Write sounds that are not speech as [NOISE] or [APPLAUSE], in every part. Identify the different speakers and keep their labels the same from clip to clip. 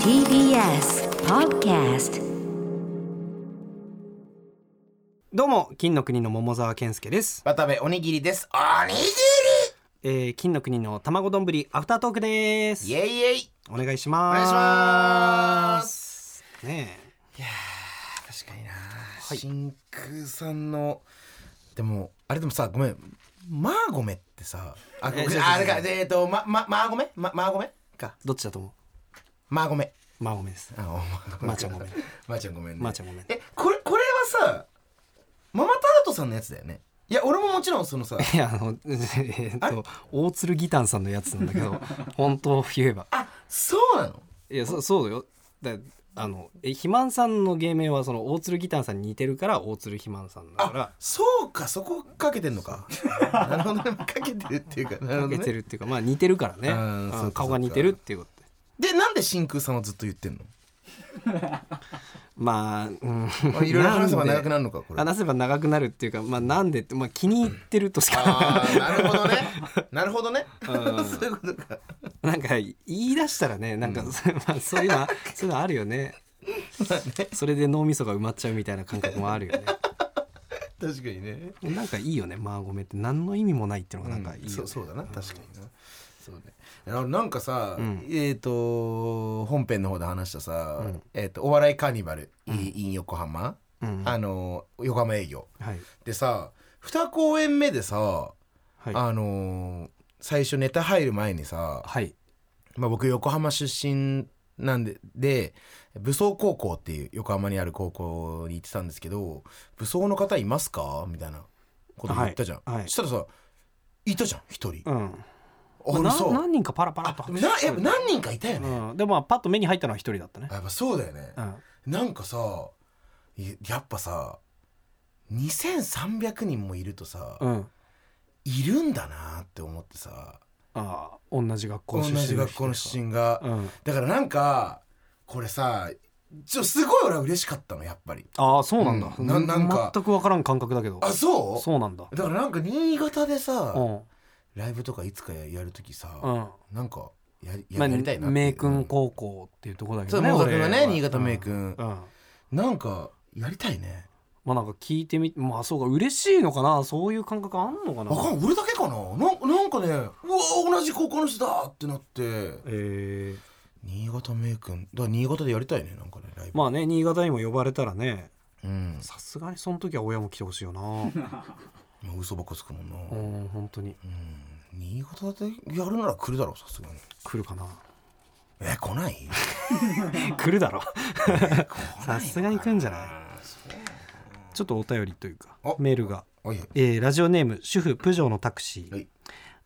Speaker 1: TBS Podcast
Speaker 2: どうも金の国の桃沢健介です、
Speaker 3: 渡部おにぎりです。おにぎ
Speaker 2: えー、金の国の卵丼ぶりアフタートークです
Speaker 3: イエイイエイ
Speaker 2: お願いし
Speaker 3: お
Speaker 2: ます
Speaker 3: 願いします
Speaker 2: すね
Speaker 3: 確かにな、真空さんの、でも、あれでもさ、ごめん、マーゴメってさ、あ、ごめん
Speaker 2: え違う違う違う
Speaker 3: あれか、えっと、ま、ま、マーゴメまマーゴメか
Speaker 2: え。どっちだと思
Speaker 3: マーゴメ。
Speaker 2: うまあごめんです
Speaker 3: あ、おマーゴメ
Speaker 2: まーちゃんごめん。
Speaker 3: まーちゃんごめんね。
Speaker 2: まーちゃんごめん
Speaker 3: え、これ、これはさ、ママタルトさんのやつだよね。いや、俺ももちろんそのさ、
Speaker 2: いやあのえーっと大鶴ギタンさんのやつなんだけ
Speaker 3: [LAUGHS]
Speaker 2: ど本当を言えば
Speaker 3: あ、そうなの
Speaker 2: いやそそうよだあのえ肥満さんの芸名はその大鶴ギタンさんに似てるから大鶴肥満さんだから
Speaker 3: あ、そうか、そこかけてんの [LAUGHS] か。なるほどね、かけてるっていうか、なる
Speaker 2: か
Speaker 3: ほどね
Speaker 2: けてるっていうかまあ似てるからね
Speaker 3: うん
Speaker 2: うん
Speaker 3: そうか
Speaker 2: 顔
Speaker 3: そ
Speaker 2: が
Speaker 3: うか
Speaker 2: 似てるっていうことで
Speaker 3: でなんで真空さんはずっと言ってんの [LAUGHS]
Speaker 2: まあ、うん、
Speaker 3: まあいろいろ話せば
Speaker 2: なんで
Speaker 3: 長くなるのかこれ
Speaker 2: 話せば長くなるっていうか、まあ、なんでって、まあ、気に入ってるとしか
Speaker 3: [LAUGHS] ああなる
Speaker 2: [LAUGHS]
Speaker 3: ほどねなるほどね [LAUGHS] そういうことか
Speaker 2: なんか言い出したらねなんか、そまあ、そういうのはそういうのあるよねそれで脳みそが埋まっちゃうみたいな感覚もあ
Speaker 3: [LAUGHS]
Speaker 2: るよ
Speaker 3: 確かにね
Speaker 2: ねなんかいいよねマーゴメって何の意味もないっていうのがなんかいいよね、
Speaker 3: そうそうだな確かになそうねあのなんかさ、
Speaker 2: ん
Speaker 3: えっ、と本編の方で話したさ、えっ、とお笑いカーニバル、in 横浜、
Speaker 2: うん
Speaker 3: あの横浜営業
Speaker 2: はい
Speaker 3: でさ2公演目でさ、
Speaker 2: はい
Speaker 3: あのー最初ネタ入る前にさ、
Speaker 2: はい
Speaker 3: まあ、僕横浜出身なんでで武装高校っていう横浜にある高校に行ってたんですけど「武装の方いますか?」みたいなこと言ったじゃん、
Speaker 2: はいはい
Speaker 3: そしたらさいたじゃん一人、
Speaker 2: うん
Speaker 3: あれ
Speaker 2: な
Speaker 3: さ
Speaker 2: 何人かパラパラっと
Speaker 3: あなやっぱ何人かいたよね、
Speaker 2: うん、でもまあパッと目に入ったのは一人だったね
Speaker 3: あやっぱそうだよね
Speaker 2: う、ん
Speaker 3: なんかさいやっぱさ2300人もいるとさ、
Speaker 2: うん
Speaker 3: いるんだなって思ってさ
Speaker 2: ああ同じ学校
Speaker 3: 同
Speaker 2: 出身
Speaker 3: じ学校の
Speaker 2: 人
Speaker 3: 出身が、
Speaker 2: うん
Speaker 3: だからなんかこれさちょすごい俺は嬉しかったのやっぱり
Speaker 2: ああそうなんだ、
Speaker 3: うんななんか
Speaker 2: 全く分からん感覚だけど
Speaker 3: あそう
Speaker 2: そうなんだ
Speaker 3: だからなんか新潟でさ、
Speaker 2: うん
Speaker 3: ライブとかいつかやるときさ、
Speaker 2: うん
Speaker 3: なんかやりや,、
Speaker 2: まあ、
Speaker 3: やりたいなって
Speaker 2: 名君
Speaker 3: うん
Speaker 2: 高校っていうところだけ
Speaker 3: そ
Speaker 2: ど
Speaker 3: う
Speaker 2: ね
Speaker 3: 桃沢君は
Speaker 2: 俺
Speaker 3: ね
Speaker 2: は
Speaker 3: 新潟名君、
Speaker 2: うん、うん
Speaker 3: なんかやりたいね
Speaker 2: まあなんか聞いてみまあそうか嬉しいのかなそういう感覚あんのかな
Speaker 3: わかんない俺だけかななんなんかねうわ同じ高校の人だってなって
Speaker 2: えー
Speaker 3: 新潟名君だから新潟でやりたいねなんかねライブ、
Speaker 2: まあね新潟にも呼ばれたらね
Speaker 3: うん
Speaker 2: さすがにその時は親も来てほしいよな
Speaker 3: [LAUGHS] もう嘘ばっかつくもんな、
Speaker 2: う
Speaker 3: うん
Speaker 2: ん本当に
Speaker 3: 新潟でやるなら来るだろうさすがに
Speaker 2: 来る
Speaker 3: [LAUGHS]
Speaker 2: かな
Speaker 3: え来ない
Speaker 2: 来るだろ [LAUGHS] さ
Speaker 3: さ
Speaker 2: すがに来んじゃないちょっとお便りというか
Speaker 3: お
Speaker 2: メールが、
Speaker 3: はい
Speaker 2: えーラジオネーム主婦プジョーのタクシー、
Speaker 3: はい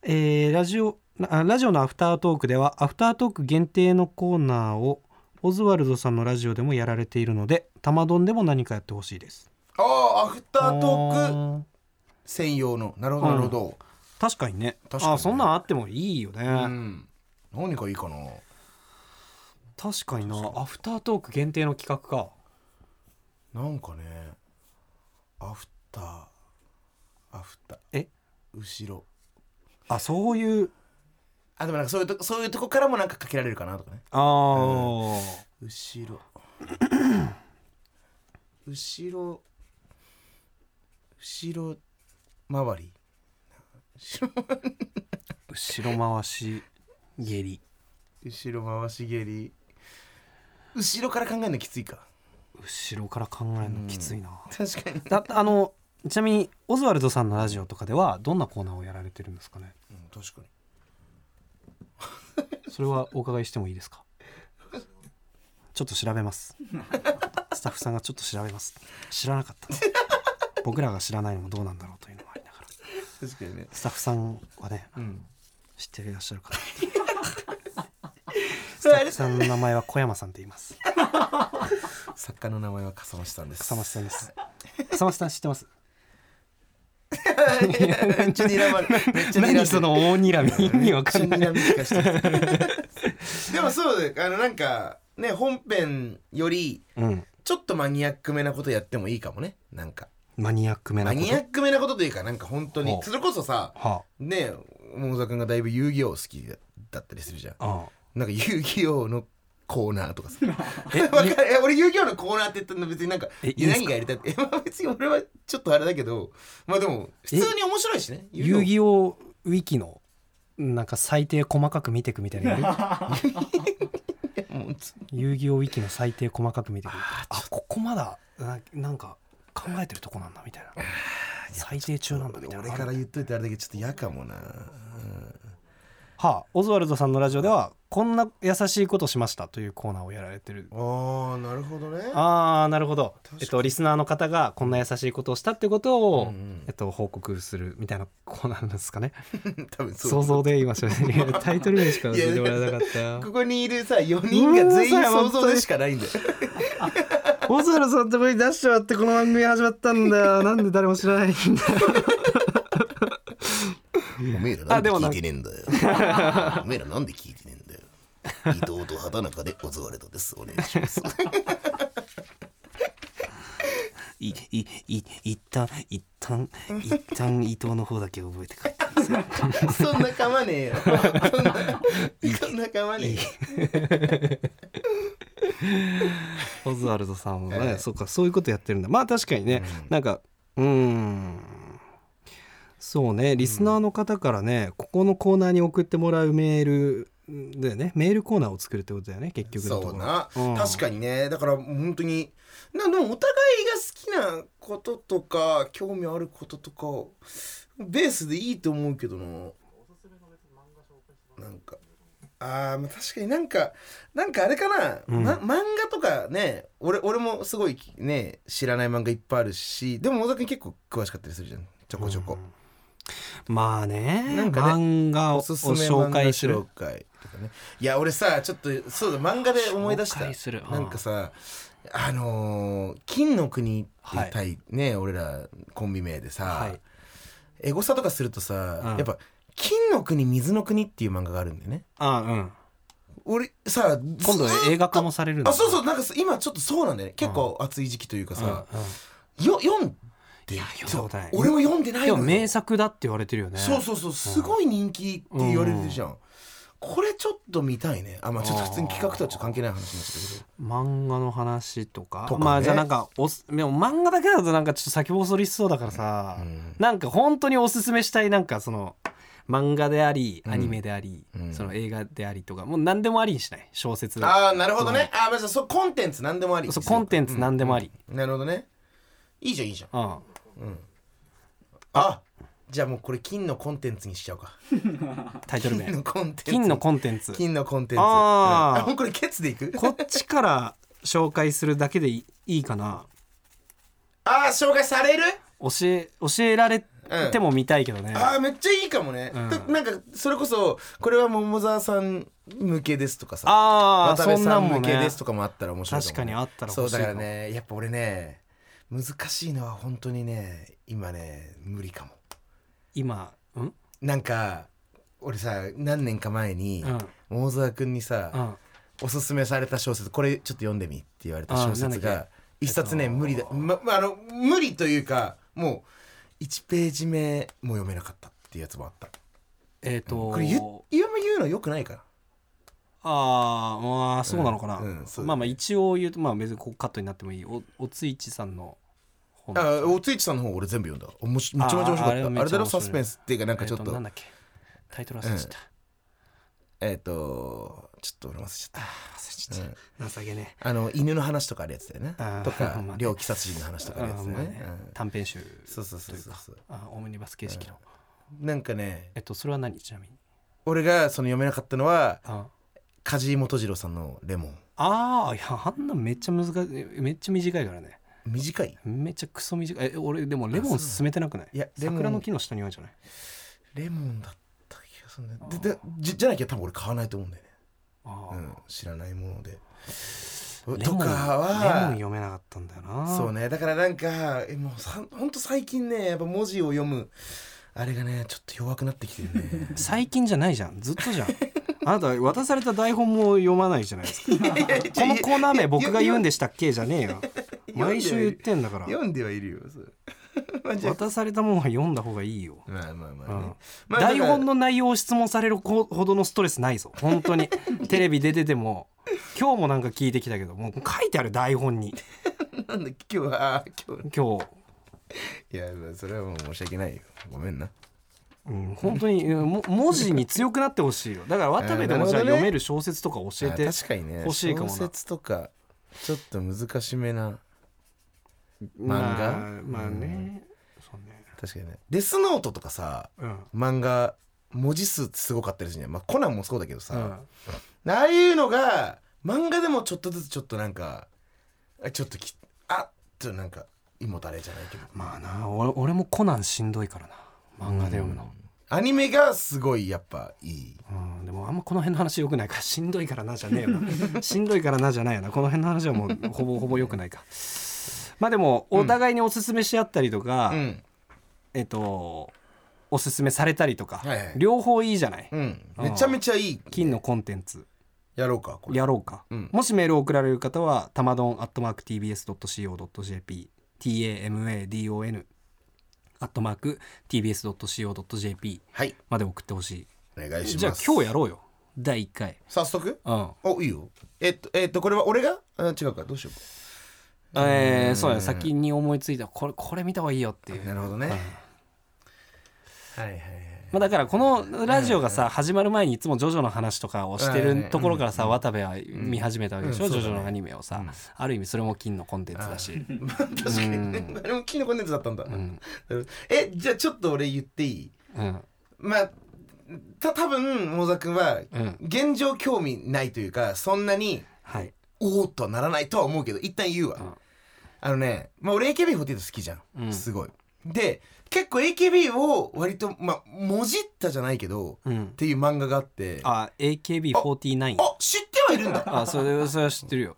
Speaker 2: えーラジオあラジオのアフタートークではアフタートーク限定のコーナーをオズワルドさんのラジオでもやられているので玉丼でも何かやってほしいです
Speaker 3: ああアフタートーク
Speaker 2: ーク
Speaker 3: 専用のなるほど
Speaker 2: うん
Speaker 3: なるほど、
Speaker 2: 確かにね
Speaker 3: 確かにね
Speaker 2: あそんなんあってもいいよね、
Speaker 3: うん何がいいかな
Speaker 2: 確かになアフタートーク限定の企画か
Speaker 3: なんかねアフターアフター
Speaker 2: え
Speaker 3: 後ろ
Speaker 2: あそういう
Speaker 3: あでもなんかそういうとこそういうとこからもなんかかけられるかなとかね
Speaker 2: あー、
Speaker 3: 後 [LAUGHS] ろ後ろ後ろ回り
Speaker 2: 後ろ回し下痢
Speaker 3: 後ろ回し蹴り後ろから考えるのきついか
Speaker 2: 後ろから考えるのきついな、
Speaker 3: 確かに
Speaker 2: だあのちなみにオズワルドさんのラジオとかではどんなコーナーをやられてるんですかね
Speaker 3: うん確かに
Speaker 2: それはお伺いしてもいいですかちょっと調べますスタッフさんがちょっと調べます知らなかった僕らが知らないのもどうなんだろうというのもありながら
Speaker 3: 確かにね
Speaker 2: スタッフさんはね
Speaker 3: うん
Speaker 2: 知っていらっしゃる方
Speaker 3: それあれ
Speaker 2: さんの名前は小山さんと言います
Speaker 3: 作家の名前は笠間さんです
Speaker 2: 笠松さんです笠松さん知ってます
Speaker 3: めっちゃ
Speaker 2: [LAUGHS]
Speaker 3: 睨まれめっちゃ睨まれ
Speaker 2: 何その大睨み意味わかん
Speaker 3: [LAUGHS]
Speaker 2: ない
Speaker 3: めっちゃ睨みしかしてないでもそうだよあのなんかね本編より
Speaker 2: うん
Speaker 3: ちょっとマニアックめなことやってもいいかもねなんか
Speaker 2: マニアックめな
Speaker 3: マ
Speaker 2: こと
Speaker 3: ニアックめなことというかなんか本当
Speaker 2: ほ
Speaker 3: に
Speaker 2: う
Speaker 3: それこそさ
Speaker 2: は
Speaker 3: ね桃沢君がだいぶ遊戯王好きだったりするじゃん
Speaker 2: ああ
Speaker 3: なんか遊戯王のコーナーとかさ
Speaker 2: え [LAUGHS]
Speaker 3: わかる [LAUGHS] え俺遊戯王のコーナーって言ったの別になんか
Speaker 2: え
Speaker 3: いや
Speaker 2: いいんすか
Speaker 3: 何がやりたいってえ [LAUGHS] まあ別に俺はちょっとあれだけどまあでも普通に面白いしね
Speaker 2: 遊戯王ウィキのなんか最低細かく見てくみたいなの
Speaker 3: [LAUGHS]
Speaker 2: やる
Speaker 3: 王もうつ
Speaker 2: 遊戯王ウィキの最低細かく見てくあここまだななんか考えてるとこなんだみたいな最低中なんだみたいな
Speaker 3: 俺から言っといてあれだけどちょっと嫌かもな
Speaker 2: はあ、オズワルドさんのラジオではこんな優しいことしましたというコーナーをやられてる
Speaker 3: あーなるほどね
Speaker 2: ああなるほど
Speaker 3: か、に
Speaker 2: えっと、リスナーの方がこんな優しいことをしたってことを、
Speaker 3: うんうん
Speaker 2: えっと、報告するみたいなコーナーなんですかね
Speaker 3: [LAUGHS] 多分そう
Speaker 2: 想像で今しゃべっていやタイトル名しか教えてもらえなかったよ
Speaker 3: ここにいるさ4人が全員想像でしかないんだよ
Speaker 2: オズワルドさんのとこに出してもらってこの番組始まったんだよなんで誰も知らないんだ
Speaker 3: おめえら
Speaker 2: あでもなん
Speaker 3: ねえんだよ。おめえらなんで聞いてねえんだよ。伊藤と畑中でオズワルドです。お願いします。
Speaker 2: いいい一旦一旦一旦伊藤の方だけ覚えて帰って
Speaker 3: [LAUGHS] そんなかまねえよ。そんなかまねえよ。
Speaker 2: オズワルドさんはね、そうかそういうことやってるんだまあ確かにね、なんかうーんそうねリスナーの方からね、ここのコーナーに送ってもらうメールでねメールコーナーを作るってことだよね結局のとこ
Speaker 3: そう
Speaker 2: ろ
Speaker 3: な、
Speaker 2: ん
Speaker 3: 確かにねだから本当になでもお互いが好きなこととか興味あることとかベースでいいと思うけどななんかあーまあ確かになんかなんかあれかな、
Speaker 2: うん
Speaker 3: ま、漫画とかね俺俺もすごいね知らない漫画いっぱいあるしでも小田君結構詳しかったりするじゃんちょこちょこ、
Speaker 2: まあね
Speaker 3: なんかね
Speaker 2: 漫画を
Speaker 3: おすすめ
Speaker 2: 紹介す
Speaker 3: 漫
Speaker 2: る
Speaker 3: 画紹介とかねいや俺さちょっとそうだ漫画で思い出し
Speaker 2: 紹
Speaker 3: た
Speaker 2: 介するうん
Speaker 3: なんかさあのー金の国」っていう対、ね俺らコンビ名でさ、
Speaker 2: はい
Speaker 3: エゴサとかするとさ、
Speaker 2: うん
Speaker 3: やっぱ「金の国水の国」っていう漫画があるんだよね
Speaker 2: あうん
Speaker 3: 俺さ
Speaker 2: 今度
Speaker 3: ずーっと
Speaker 2: 映画化もされるんだ
Speaker 3: あそうそうなんかさ今ちょっとそうなんだよね結構熱い時期というか
Speaker 2: うんうん
Speaker 3: さ、よ読んで
Speaker 2: いや読んだことない
Speaker 3: そう俺も読んでない
Speaker 2: で
Speaker 3: の
Speaker 2: も
Speaker 3: よ
Speaker 2: 名作だって言われてるよね
Speaker 3: そうそうそうすごい人気って言われてるじゃん、これちょっと見たいねあまあちょっと普通に企画とはちょっと関係ない話になっちゃったけど
Speaker 2: 漫画の話とか
Speaker 3: とかね
Speaker 2: まあじゃあなんかおすでも漫画だけだとなんかちょっと先細りしそうだからさ、
Speaker 3: うん
Speaker 2: なんか本当におすすめしたいなんかその漫画であり
Speaker 3: ん
Speaker 2: アニメであり、
Speaker 3: うん
Speaker 2: その映画でありとかもう何でもありにしない小説だ
Speaker 3: ああなるほどね、ああまずそうコンテンツ何でもあり
Speaker 2: そうコンテンツ何でもあり、
Speaker 3: なるほどねいいじゃんいいじゃん
Speaker 2: うん
Speaker 3: あじゃあもうこれ金のコンテンツにしちゃうか
Speaker 2: タイトル
Speaker 3: 金
Speaker 2: 名
Speaker 3: のコンテンツ
Speaker 2: 金のコンテンツ
Speaker 3: 金のコンテンツ
Speaker 2: あー
Speaker 3: うんもうこれケツでいく
Speaker 2: こっちから紹介するだけでいいいいかな
Speaker 3: [LAUGHS] ああ紹介される
Speaker 2: 教え教えられても見たいけどね、
Speaker 3: あーめっちゃいいかもね、
Speaker 2: ん
Speaker 3: となんかそれこそこれは桃沢さん向けですとかさ
Speaker 2: ああ
Speaker 3: 渡
Speaker 2: そ
Speaker 3: 部
Speaker 2: ん
Speaker 3: さ
Speaker 2: なん
Speaker 3: ん
Speaker 2: も
Speaker 3: 向
Speaker 2: ね
Speaker 3: けですとかもあったら面白いもね
Speaker 2: 確かにあったら
Speaker 3: そ
Speaker 2: 欲
Speaker 3: う
Speaker 2: しいか
Speaker 3: だ
Speaker 2: も
Speaker 3: からねやっぱ俺ね難しいのは本当にね今ね無理かも
Speaker 2: 今うん
Speaker 3: なんか俺さ何年か前に
Speaker 2: うん
Speaker 3: 桃沢君にさ、
Speaker 2: うん
Speaker 3: おすすめされた小説これちょっと読んでみって言われた小
Speaker 2: あな
Speaker 3: 説
Speaker 2: んだ
Speaker 3: が一冊ね
Speaker 2: えっと
Speaker 3: 無理だ、ままあ、あの無理というかもう1ページ目も読めなかったっていうやつもあった
Speaker 2: えっ、と
Speaker 3: これ言う言う言うのよくないから
Speaker 2: あーまあそうなのかな、
Speaker 3: うんうんそう
Speaker 2: まあまあ一応言うとまあ別にここカットになってもいいおおついちさんの本
Speaker 3: あおついちさんの方俺全部読んだおもしめちゃめちゃ面白かったあ
Speaker 2: ああれ
Speaker 3: れ
Speaker 2: はめっちゃ
Speaker 3: だろ
Speaker 2: 面白
Speaker 3: サ
Speaker 2: い
Speaker 3: スペンスっていうかなんかちょっ
Speaker 2: えー
Speaker 3: と
Speaker 2: なんだっけタイトル忘れちゃった、
Speaker 3: えっ、とちょっと俺忘れちゃ
Speaker 2: 忘
Speaker 3: っ
Speaker 2: れちゃった、情けね
Speaker 3: たあの犬の話とかあるやつだよね
Speaker 2: あー
Speaker 3: と
Speaker 2: [LAUGHS]
Speaker 3: か
Speaker 2: まあ
Speaker 3: 猟奇殺人の話とかあるやつだよ
Speaker 2: あーまあ
Speaker 3: ね
Speaker 2: ね
Speaker 3: うん
Speaker 2: 短編集
Speaker 3: そうそうそうそうそう
Speaker 2: あオムニバス形式の、
Speaker 3: なんかね
Speaker 2: えっとそれは何ちなみに
Speaker 3: 俺がその読めなかったのは
Speaker 2: あ
Speaker 3: 梶井元次郎さんの「レモン
Speaker 2: あーいやあんなめっちゃ難しいめっちゃ短いからね」
Speaker 3: 短い
Speaker 2: めっちゃクソ短いえ俺でもレモン進めてなくない
Speaker 3: いやレモン
Speaker 2: 桜の木の下にあるんじゃない
Speaker 3: レモンだった気がするんだよででじじゃなきゃ多分俺買わないと思うんだよね、
Speaker 2: あ
Speaker 3: う
Speaker 2: ー、
Speaker 3: ん、知らないもので
Speaker 2: レ
Speaker 3: と
Speaker 2: モン
Speaker 3: か
Speaker 2: レモン
Speaker 3: は
Speaker 2: 読めなかったんだよな
Speaker 3: そうねだからなんかえもうさほんと最近ねやっぱ文字を読むあれがねちょっと弱くなってきてるね
Speaker 2: 最近じゃないじゃんずっとじゃん [LAUGHS] あなた渡された台本も読まないじゃないですかこのコーナー名僕が言うんでしたっけじゃねえよ
Speaker 3: [LAUGHS] 読んでない
Speaker 2: 毎週言ってんだから
Speaker 3: 読んではいるよそれまあじゃあ
Speaker 2: 渡されたもんは読んだ方がいいよ、
Speaker 3: まあまあまあ
Speaker 2: う
Speaker 3: ね
Speaker 2: ん
Speaker 3: まあだから
Speaker 2: 台本の内容を質問されるほどのストレスないぞ本当に [LAUGHS] テレビ出てても今日もなんか聞いてきたけどもう書いてある台本に
Speaker 3: なんだっけ今日はあー
Speaker 2: 今
Speaker 3: 今日
Speaker 2: 日、
Speaker 3: いやまあそれはもう申し訳ないよごめんな
Speaker 2: うん、本当にうんも文字に強くなってほしいよだから渡部でもじゃあ
Speaker 3: なるほどね
Speaker 2: 読める小説とか教えて
Speaker 3: あ確かにね
Speaker 2: 欲しいかもな
Speaker 3: 小説とかちょっと難しめな
Speaker 2: まあ
Speaker 3: 漫画
Speaker 2: まあね、そうね
Speaker 3: 確かにねデスノートとかさ
Speaker 2: うん
Speaker 3: 漫画文字数すごかったりするじゃん、まあ、コナンもそうだけどさ、
Speaker 2: うん
Speaker 3: ああいうのが漫画でもちょっとずつちょっとなんかあちょっときあっとなんか胃もたれじゃないけど
Speaker 2: まあな俺俺もコナンしんどいからな漫画で読むの、
Speaker 3: アニメがすごいやっぱいい
Speaker 2: うん、でもあんまこの辺の話よくないかしんどいからなじゃねえよな [LAUGHS] しんどいからなじゃないよなこの辺の話はも
Speaker 3: [LAUGHS]
Speaker 2: うほぼほぼよくないかまあでもお互いにおすすめし合ったりとか、
Speaker 3: うん
Speaker 2: えっとおすすめされたりとか、
Speaker 3: はいはい
Speaker 2: 両方いいじゃない、
Speaker 3: うんめちゃめちゃいい
Speaker 2: 金のコンテンツ
Speaker 3: やろうかこれ
Speaker 2: やろうか、
Speaker 3: うん
Speaker 2: もしメールを送られる方はたまどん atmarktbs.co.jp tamadon atmarktbs.co.jp
Speaker 3: はい
Speaker 2: まで送ってほしい
Speaker 3: お願いします
Speaker 2: じゃあ今日やろうよ第1回
Speaker 3: 早速
Speaker 2: うん
Speaker 3: おいいよえっとえっとこれは俺があ違うかどうしよう
Speaker 2: えー、そうだね先に思いついたこれこれ見た方がいいよっていう、
Speaker 3: かなるほどねはいはいはい
Speaker 2: まあ、だからこのラジオがさ始まる前にいつもジョジョの話とかをしてるところからさ渡部は見始めたわけでしょ、
Speaker 3: うん
Speaker 2: ジ
Speaker 3: そ
Speaker 2: ョ
Speaker 3: う
Speaker 2: ジ
Speaker 3: だね
Speaker 2: ョのアニメをさ、ある意味それも金のコンテンツだし
Speaker 3: まあ確かにねあれも金のコンテンツだったんだえじゃあちょっと俺言っていい
Speaker 2: うん
Speaker 3: まあた多分モザ君は
Speaker 2: うん
Speaker 3: 現状興味ないというかそんなに
Speaker 2: はい
Speaker 3: おおっとはならないとは思うけど一旦言うわ、
Speaker 2: ん
Speaker 3: あのね、まあ、俺 AKB48 好きじゃん、
Speaker 2: うん
Speaker 3: すごいで結構 AKB を割とまあもじったじゃないけど、
Speaker 2: う
Speaker 3: っ
Speaker 2: ん
Speaker 3: ていう漫画があってあ
Speaker 2: あ AKB49
Speaker 3: 知ってはいるんだ
Speaker 2: あそれそれは知ってるよ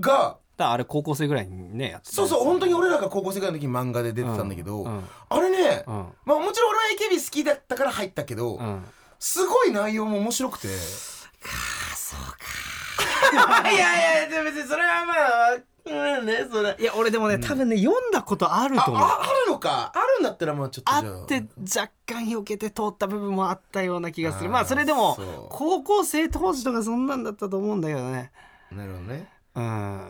Speaker 3: が
Speaker 2: だからあれ高校生ぐらいにねやってた
Speaker 3: そうそう本当に俺らが高校生ぐらいの時に漫画で出てたんだけど、
Speaker 2: うんうん
Speaker 3: あれね、
Speaker 2: うん
Speaker 3: まあ、もちろん俺は AKB 好きだったから入ったけど、
Speaker 2: うん
Speaker 3: すごい内容も面白くてかそう
Speaker 2: [LAUGHS]
Speaker 3: かいやいやでも別にそれはまあうんねそれ
Speaker 2: いや俺でもね、多分ね読んだことある
Speaker 3: あ
Speaker 2: と思う
Speaker 3: ああるのかあるんだったらまあちょっとじゃ
Speaker 2: あって若干避けて通った部分もあったような気がする
Speaker 3: あー
Speaker 2: まあそれでも
Speaker 3: そう
Speaker 2: 高校生当時とかそんなんだったと思うんだけどね
Speaker 3: なるほどね
Speaker 2: うー
Speaker 3: [LAUGHS]
Speaker 2: ん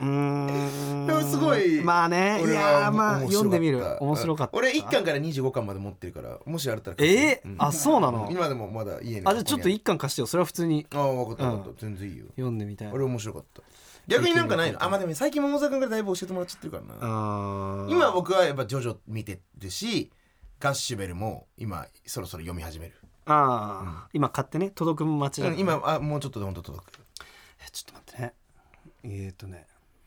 Speaker 2: うーん
Speaker 3: でもすごい
Speaker 2: まあねい
Speaker 3: 俺は
Speaker 2: やーまあ
Speaker 3: 面白かった
Speaker 2: 読んでみる面白かった
Speaker 3: 俺1巻から25巻まで持ってるからもしあれだったら
Speaker 2: え
Speaker 3: う
Speaker 2: ー
Speaker 3: ん
Speaker 2: あそうなの
Speaker 3: 今でもまだ家に
Speaker 2: あじゃあちょっと
Speaker 3: こ
Speaker 2: 一巻貸してよそれは普通に
Speaker 3: こにああ分かった分かった、
Speaker 2: う
Speaker 3: 全然いいよ
Speaker 2: 読んでみたい
Speaker 3: 俺面白かった逆になんかないのあまあでも最近桃沢君からだいぶ教えてもらっちゃってるからな
Speaker 2: あー
Speaker 3: 今僕はやっぱジョジョ見てるしガッシュベルも今そろそろ読み始める
Speaker 2: あー今買ってね届く待ちだ
Speaker 3: うん今あもうちょっとで本当届く
Speaker 2: えちょっと待ってねえっとね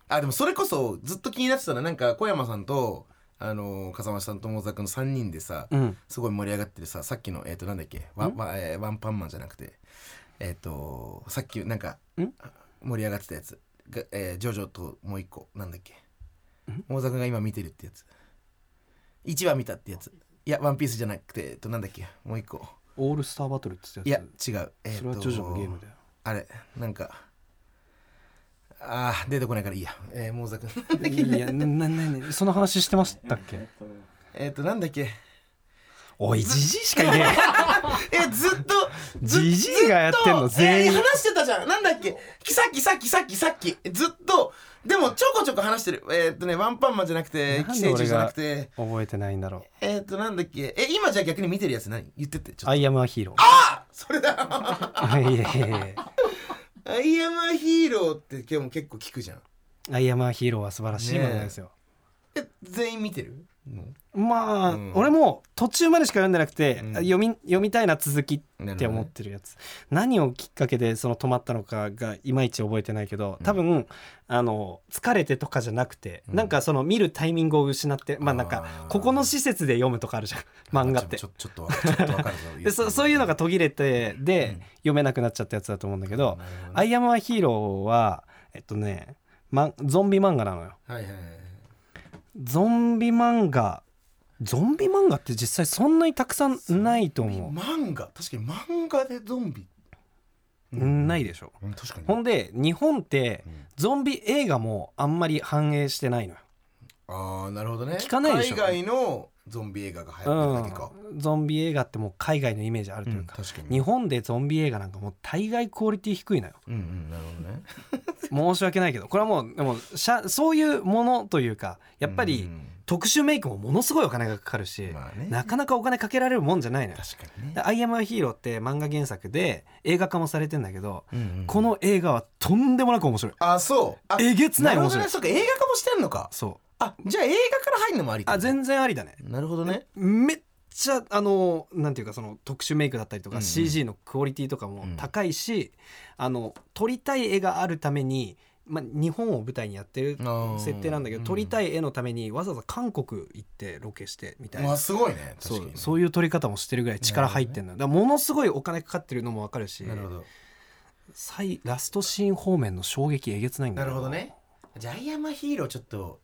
Speaker 3: あでもそれこそずっと気になってたらなんか小山さんとあのー風間さんと桃沢君の3人でさ、
Speaker 2: うん
Speaker 3: すごい盛り上がってるささっきのえっ、となんだっけワワ,、えーワンパンマンじゃなくてえっ、とさっきなんか
Speaker 2: ん
Speaker 3: 盛り上がってたやつが、えージョジョともう一個なんだっけ桃沢君が今見てるってやつ1話見たってやついやワンピースじゃなくてえっとなんだっけもう一個
Speaker 2: オールスターバトルって言っ
Speaker 3: い
Speaker 2: て
Speaker 3: や
Speaker 2: たや
Speaker 3: 違う、えー
Speaker 2: つ
Speaker 3: と
Speaker 2: それはジョジョのゲームだよ
Speaker 3: あれなんかあー出てこないからいいやえー、桃沢君 [LAUGHS]
Speaker 2: いや、な、な、な、その話してましたっけ。
Speaker 3: えっ、となんだっけ
Speaker 2: おい、じじいしかいね
Speaker 3: えずっと
Speaker 2: [LAUGHS]
Speaker 3: ず
Speaker 2: じじいがやってんの
Speaker 3: ずとえ
Speaker 2: 全員
Speaker 3: 話してたじゃんなんだっけさっきさっきさっきさっきずっとでもちょこちょこ話してるえーっ、とねワンパンマンじゃなく
Speaker 2: え。な
Speaker 3: て寄
Speaker 2: んで
Speaker 3: 生虫
Speaker 2: 俺
Speaker 3: じゃな
Speaker 2: が
Speaker 3: くて
Speaker 2: 覚えてないんだろ
Speaker 3: えーっ、となんだっけえ今じゃあ逆に見てるやつ何言ってってち
Speaker 2: う。
Speaker 3: ょっ
Speaker 2: ア
Speaker 3: と
Speaker 2: イアムアヒーロ
Speaker 3: あそれだ
Speaker 2: ー。いやいやいやいや。
Speaker 3: アイアムアヒーローって今日も結構聞くじゃん
Speaker 2: アイアムアヒーローは素晴らしい
Speaker 3: ねえ
Speaker 2: 漫画ですよ。
Speaker 3: え全員見てるの
Speaker 2: まあ、
Speaker 3: うん
Speaker 2: 俺も途中までしか読んでなくて、
Speaker 3: うん
Speaker 2: 読み読みたいな続き
Speaker 3: なる
Speaker 2: っ
Speaker 3: ほ
Speaker 2: て
Speaker 3: どね
Speaker 2: 思ってるやつ何をきっかけでその止まったのかがいまいち覚えてないけど多分、あの疲れてとかじゃなくて、
Speaker 3: うん
Speaker 2: なんかその見るタイミングを失ってまあなん
Speaker 3: あ
Speaker 2: か
Speaker 3: ー
Speaker 2: ここの施設で読むとかあるじゃん漫画って
Speaker 3: ちょちょちょっとわちょっとわかるぞ
Speaker 2: でそそういうのが途切れてで、読めなくなっちゃったやつだと思うんだけど「アイアム・ア・ヒーローは」えっとね、ま、ゾンビ漫画なのよ。
Speaker 3: はいはいはい
Speaker 2: ゾンビ漫画ゾンビ漫画って実際そんなにたくさんないと思
Speaker 3: 漫画確かに漫画でゾンビ
Speaker 2: う。ないでしょ。
Speaker 3: うん確かに
Speaker 2: ほんで日本って
Speaker 3: うん
Speaker 2: ゾンビ映画もあんまり反映してないのよ。
Speaker 3: ああなるほどね
Speaker 2: 聞かないでしょ
Speaker 3: 海外のゾンビ映画が流行ってるだけか、
Speaker 2: うん、ゾンビ映画ってもう海外のイメージあるというか、
Speaker 3: 確かに
Speaker 2: 日本でゾンビ映画なんかもう大概クオリティ低いのよ
Speaker 3: うんうんなるほどね
Speaker 2: 申し訳ないけどこれはもうでもしゃそういうものというかやっぱり特殊メイクもものすごいお金がかかるし、
Speaker 3: うんまあね
Speaker 2: なかなかお金かけられるもんじゃないのよ。
Speaker 3: 確かにね
Speaker 2: で、アイアムアヒーローって漫画原作で映画化もされてんだけど、
Speaker 3: うんうん
Speaker 2: この映画はとんでもなく面白い。
Speaker 3: あそうあ
Speaker 2: えげつない
Speaker 3: る
Speaker 2: 面
Speaker 3: ほど
Speaker 2: 白い
Speaker 3: ね。そうか映画化もしてんのか
Speaker 2: そ
Speaker 3: あじゃあ映画から入るのもあり
Speaker 2: う。あ、全然ありだね。
Speaker 3: なるほどね
Speaker 2: めっちゃあのなんていうかその特殊メイクだったりと
Speaker 3: うん
Speaker 2: か
Speaker 3: うん
Speaker 2: CG のクオリティとかも高いし、あの撮りたい絵があるために、まあ、日本を舞台にやってる設定なんだけど撮りた
Speaker 3: い
Speaker 2: い絵のためにわざわざ韓国行ってロケしてみたい
Speaker 3: ま
Speaker 2: な
Speaker 3: あ。すごいね
Speaker 2: そ
Speaker 3: 確か
Speaker 2: う
Speaker 3: に
Speaker 2: そういう撮り方もしてるぐらい力入ってんのよだからものすごいお金かかってるのもわかるし
Speaker 3: なるほど
Speaker 2: 最ラストシーン方面の衝撃えげつないんだ
Speaker 3: な
Speaker 2: け
Speaker 3: るほどねじゃあアイアンマンヒーローちょっと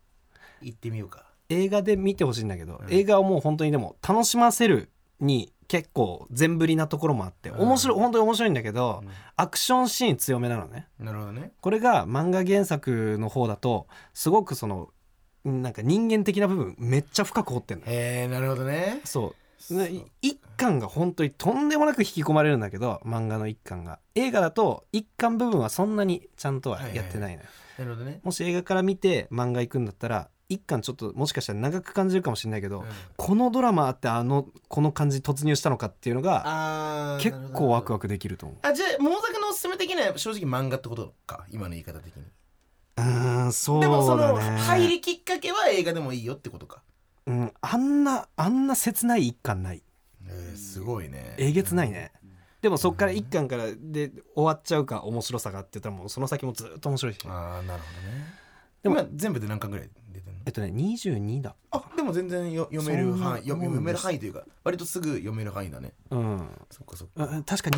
Speaker 3: 行ってみようか
Speaker 2: 映画で見てほしいんだけど、
Speaker 3: うん
Speaker 2: 映画をもう本当にでも楽しませるに結構全振りなところもあって
Speaker 3: うん
Speaker 2: 面白い、本当に面白いんだけど、アクションシーン強めなのね
Speaker 3: なるほどね
Speaker 2: これが漫画原作の方だとすごくそのなんか人間的な部分めっちゃ深く掘ってんの
Speaker 3: へえなるほどね
Speaker 2: そう
Speaker 3: そう
Speaker 2: ね一巻が本当にとんでもなく引き込まれるんだけど漫画の一巻が映画だと一巻部分はそんなにちゃんとはやってないのよ、
Speaker 3: なるほどね
Speaker 2: もし映画から見て漫画行くんだったら一巻ちょっともしかしたら長く感じるかもしれないけど、
Speaker 3: うん
Speaker 2: このドラマあってあのこの感じに突入したのかっていうのが
Speaker 3: あー
Speaker 2: 結
Speaker 3: なるほ
Speaker 2: 構
Speaker 3: ど
Speaker 2: ワクワクできると思う
Speaker 3: あじゃあ桃作のおすすめ的には正直漫画ってことか今の言い方的に
Speaker 2: うーんそう
Speaker 3: でもそ
Speaker 2: だ
Speaker 3: の
Speaker 2: ね
Speaker 3: 入りきっかけは映画でもいいよってことか
Speaker 2: うん、あんなあんな切ない一巻ない
Speaker 3: えーすごいね
Speaker 2: えげつないね、でもそっから一巻からで終わっちゃうか面白さがって言ったらもうその先もずっと面白いし
Speaker 3: ああなるほどね
Speaker 2: で
Speaker 3: で
Speaker 2: も
Speaker 3: も全部で何巻ぐらい出てんの
Speaker 2: えっとね22だ
Speaker 3: あでも全然よ読める
Speaker 2: そんな
Speaker 3: 範囲読
Speaker 2: もんです
Speaker 3: 読める範囲というか割とすぐ読める範囲だね
Speaker 2: うん
Speaker 3: そっかそっか
Speaker 2: うん確か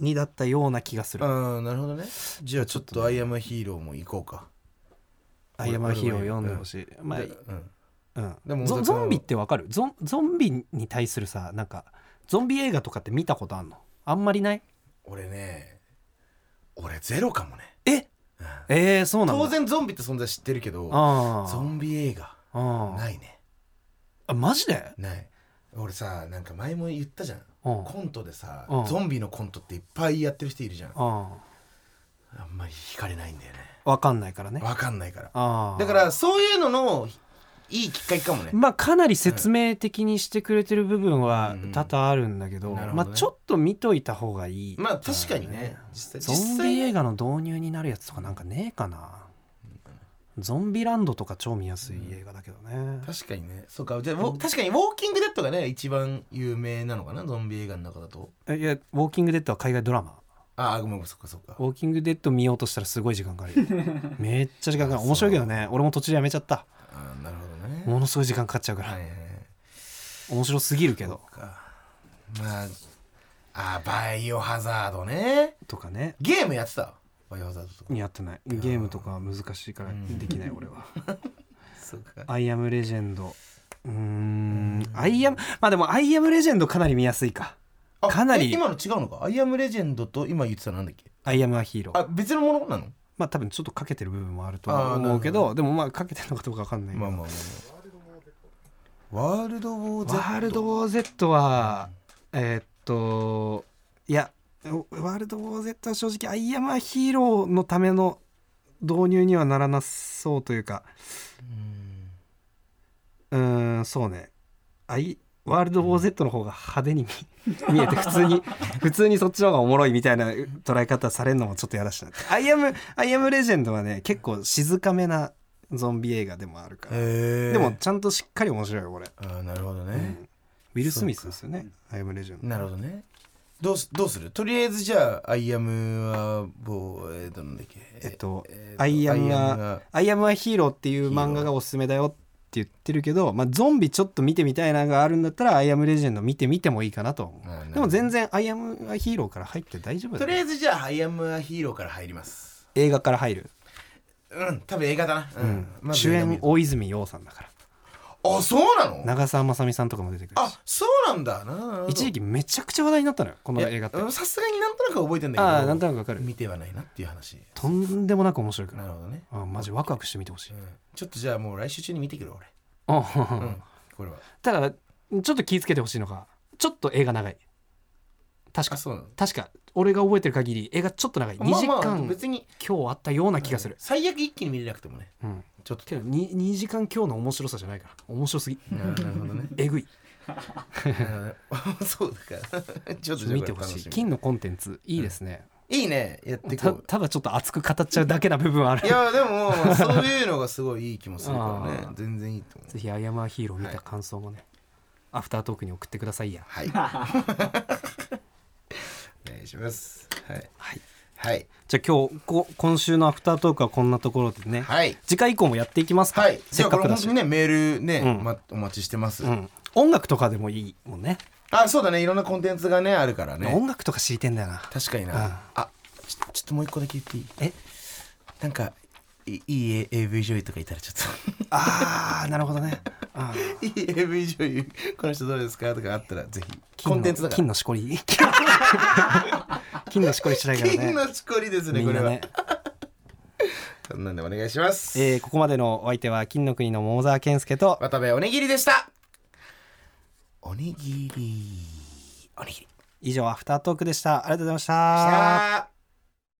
Speaker 2: 22だったような気がする
Speaker 3: ああなるほどねじゃあちょっと「アイアムヒーロー」も行こうか
Speaker 2: 「アイアムアヒーロー」読んでほしい、まあ
Speaker 3: でうん
Speaker 2: うん、
Speaker 3: でも
Speaker 2: ゾ
Speaker 3: 大阪
Speaker 2: ゾンビってわかるゾンゾンビに対するさなんかゾンビ映画とかって見たことあんのあんまりない
Speaker 3: 俺ね俺ゼロかもね
Speaker 2: ええー、そうなんだ
Speaker 3: 当然ゾンビって存在知ってるけど
Speaker 2: あ
Speaker 3: ゾンビ映画
Speaker 2: ああ
Speaker 3: ないね
Speaker 2: あマジで
Speaker 3: ない俺さなんか前も言ったじゃん
Speaker 2: うん
Speaker 3: コントでさ
Speaker 2: うん
Speaker 3: ゾンビのコントっていっぱいやってる人いるじゃん
Speaker 2: あ
Speaker 3: あんまり惹かれないんだよね
Speaker 2: あわかんないからね
Speaker 3: わかんないから
Speaker 2: ああ
Speaker 3: だからそういうののいいきっかけかもね
Speaker 2: まあかなり説明的にしてくれてる部分は
Speaker 3: うん
Speaker 2: 多々あるんだけど,、
Speaker 3: なるほど
Speaker 2: ま
Speaker 3: ね
Speaker 2: あちょっと見といた方がいい
Speaker 3: まあ確かにね実際
Speaker 2: ゾンビ映
Speaker 3: 実際
Speaker 2: 画の導入になるやつとかなんかねえかなゾンビランドとか超見やすい映画だけどね、
Speaker 3: 確かにねそうかじゃあウォ確かにウォーキングデッドがね一番有名なのかなゾンビ映画の中だと
Speaker 2: えいやウォーキングデッドは海外ドラマ
Speaker 3: ああごめんごめんそっかそっか
Speaker 2: ウォーキングデッド見ようとしたらすごい時間かか [LAUGHS] るめっちゃ時間かかる面白いけどね俺も途中でやめちゃった
Speaker 3: あーなるほどね
Speaker 2: ものすごい時間かかっちゃうから、
Speaker 3: はいはいはい
Speaker 2: 面白すぎるけど
Speaker 3: そっかまああーバイオハザードね
Speaker 2: とかね
Speaker 3: ゲームやってたバイオハザードとか
Speaker 2: やってないゲームとかは難しいから
Speaker 3: うん
Speaker 2: できない俺 [LAUGHS] は
Speaker 3: そうか
Speaker 2: 「アイアムレジェンド」うーん「アイアム」まあでも「アイアムレジェンド」かなり見やすいか
Speaker 3: あ
Speaker 2: かなり
Speaker 3: え今の違うのかアイアムレジェンドと今言ってたのなんだっけ
Speaker 2: 「アイアムはヒーロー
Speaker 3: あ別のものなの」
Speaker 2: まあ多分ちょっとかけてる部分もあると
Speaker 3: あ
Speaker 2: は
Speaker 3: ーなる
Speaker 2: 思
Speaker 3: ほ
Speaker 2: う
Speaker 3: ど
Speaker 2: けどでもまあかけてるのかどうかわかんないけど
Speaker 3: まあまあまあまあワールドウォー
Speaker 2: ワールド・ウォー・ Z は、えーっといやおワールド・ウォー・ Z は正直アイアム・ア・ヒーローのための導入にはならなそうというかうーんそうねアイワールド・ウォー・ Z の方が派手に見見えて普通に普通にそっちの方がおもろいみたいな捉え方されるのもちょっとやらしなアイアム・アイアム・レジェンドはね結構静かめなゾンビ映画でもあるから、
Speaker 3: へえ
Speaker 2: でもちゃんとしっかり面白いよこれ。
Speaker 3: あーなるほどね、
Speaker 2: ウィル・スミスですよね。アイアム・レジェンド。
Speaker 3: なるほどねどうすどうするとりあえずじゃあアイアムはボーえー、となんだっけ
Speaker 2: えっと
Speaker 3: え
Speaker 2: 「
Speaker 3: ー
Speaker 2: アイアム
Speaker 3: アイアム
Speaker 2: は
Speaker 3: は
Speaker 2: アイアムはヒーロー」っていう
Speaker 3: ヒーロー
Speaker 2: 漫画がおすすめだよって言ってるけど、まあ、ゾンビちょっと見てみたいなのがあるんだったら「アイアムレジェンド」見てみてもいいかなとは思
Speaker 3: あーなるほ
Speaker 2: う
Speaker 3: ど
Speaker 2: でも全然「アイアムはヒーロー」から入って大丈夫
Speaker 3: と
Speaker 2: だ
Speaker 3: りあ
Speaker 2: よ
Speaker 3: えずじゃあアイアムはヒーローから入ります
Speaker 2: 映画から入る、
Speaker 3: うん多分映画だな、うん
Speaker 2: 主演大泉洋さんだから
Speaker 3: あそうなの
Speaker 2: 長澤まさみさんとかも出てくるし
Speaker 3: あそうなんだなるほど
Speaker 2: 一時期めちゃくちゃ話題になったのよこの
Speaker 3: いや
Speaker 2: 映画って
Speaker 3: うんさすがになんとなく覚えてんだけど
Speaker 2: ああなんとなくわかる
Speaker 3: 見てはないなっていう話
Speaker 2: とんでもなく面白いか
Speaker 3: な
Speaker 2: ら
Speaker 3: るほどね、
Speaker 2: あマジワクワクして見てほしい
Speaker 3: うん、ちょっとじゃあもう来週中に見てくる
Speaker 2: あ
Speaker 3: 俺うんこれは
Speaker 2: ただちょっと気ぃつけてほしいのがちょっと映画長い確
Speaker 3: あ
Speaker 2: か
Speaker 3: そうなの
Speaker 2: 確か俺が覚えてる限り映画ちょっと長い2時間、
Speaker 3: まあまあ
Speaker 2: 今
Speaker 3: 別に
Speaker 2: 日あったような気がする、
Speaker 3: 最悪一気に見れなくてもね
Speaker 2: うん、
Speaker 3: ちょっと
Speaker 2: けど 2, 時間今日の面白さじゃないから面白すぎ
Speaker 3: [LAUGHS] あーなるほどね [LAUGHS]
Speaker 2: えぐい
Speaker 3: うんそうだから [LAUGHS] ちょっとじゃあ
Speaker 2: 見てほしい金のコンテンツいいですね、
Speaker 3: いいねやってい
Speaker 2: た
Speaker 3: こう
Speaker 2: ただちょっと熱く語っちゃうだけな部分はある
Speaker 3: いやでもそういうのがすごいいい気もするからね
Speaker 2: あー
Speaker 3: 全然いいと思う
Speaker 2: ぜひ「アイアムアヒーロー」見た感想もね、アフタートークに送ってくださいや
Speaker 3: はい
Speaker 2: [LAUGHS]
Speaker 3: お願いしますはい
Speaker 2: はい
Speaker 3: はい
Speaker 2: じゃあ今日こ今週のアフタートークはこんなところでね、
Speaker 3: はい
Speaker 2: 次回以降もやっていきますか、
Speaker 3: はい
Speaker 2: せっかく
Speaker 3: じゃあこれ
Speaker 2: だ
Speaker 3: 本
Speaker 2: し
Speaker 3: 当にねメールね
Speaker 2: うん
Speaker 3: まお待ちしてます
Speaker 2: うん、音楽とかでもいいもんね
Speaker 3: あそうだねいろんなコンテンツがねあるからね
Speaker 2: 音楽とか知りてんだよ
Speaker 3: [LAUGHS]
Speaker 2: な
Speaker 3: 確かに
Speaker 2: うん
Speaker 3: なあちょちょっともう一個だけ言っていい
Speaker 2: え
Speaker 3: なんかいいい AV 女優とかいたらちょっと
Speaker 2: ああなるほどねあー
Speaker 3: [LAUGHS] いい AV 女優この人どうですかとかあったらぜひ
Speaker 2: 金の
Speaker 3: コンテンツだか
Speaker 2: 金
Speaker 3: ら
Speaker 2: のしこ
Speaker 3: [LAUGHS]
Speaker 2: り金のしこりしないからね
Speaker 3: 金のしこりですね
Speaker 2: み
Speaker 3: こ
Speaker 2: ん
Speaker 3: れ
Speaker 2: な
Speaker 3: は
Speaker 2: ね、
Speaker 3: そんなんでお願いします
Speaker 2: えーここまでのお相手は金の国の桃沢健介と
Speaker 3: 渡部おにぎりでしたおにぎりおにぎり
Speaker 2: 以上アフタートークでしたありがとうございました
Speaker 3: さあ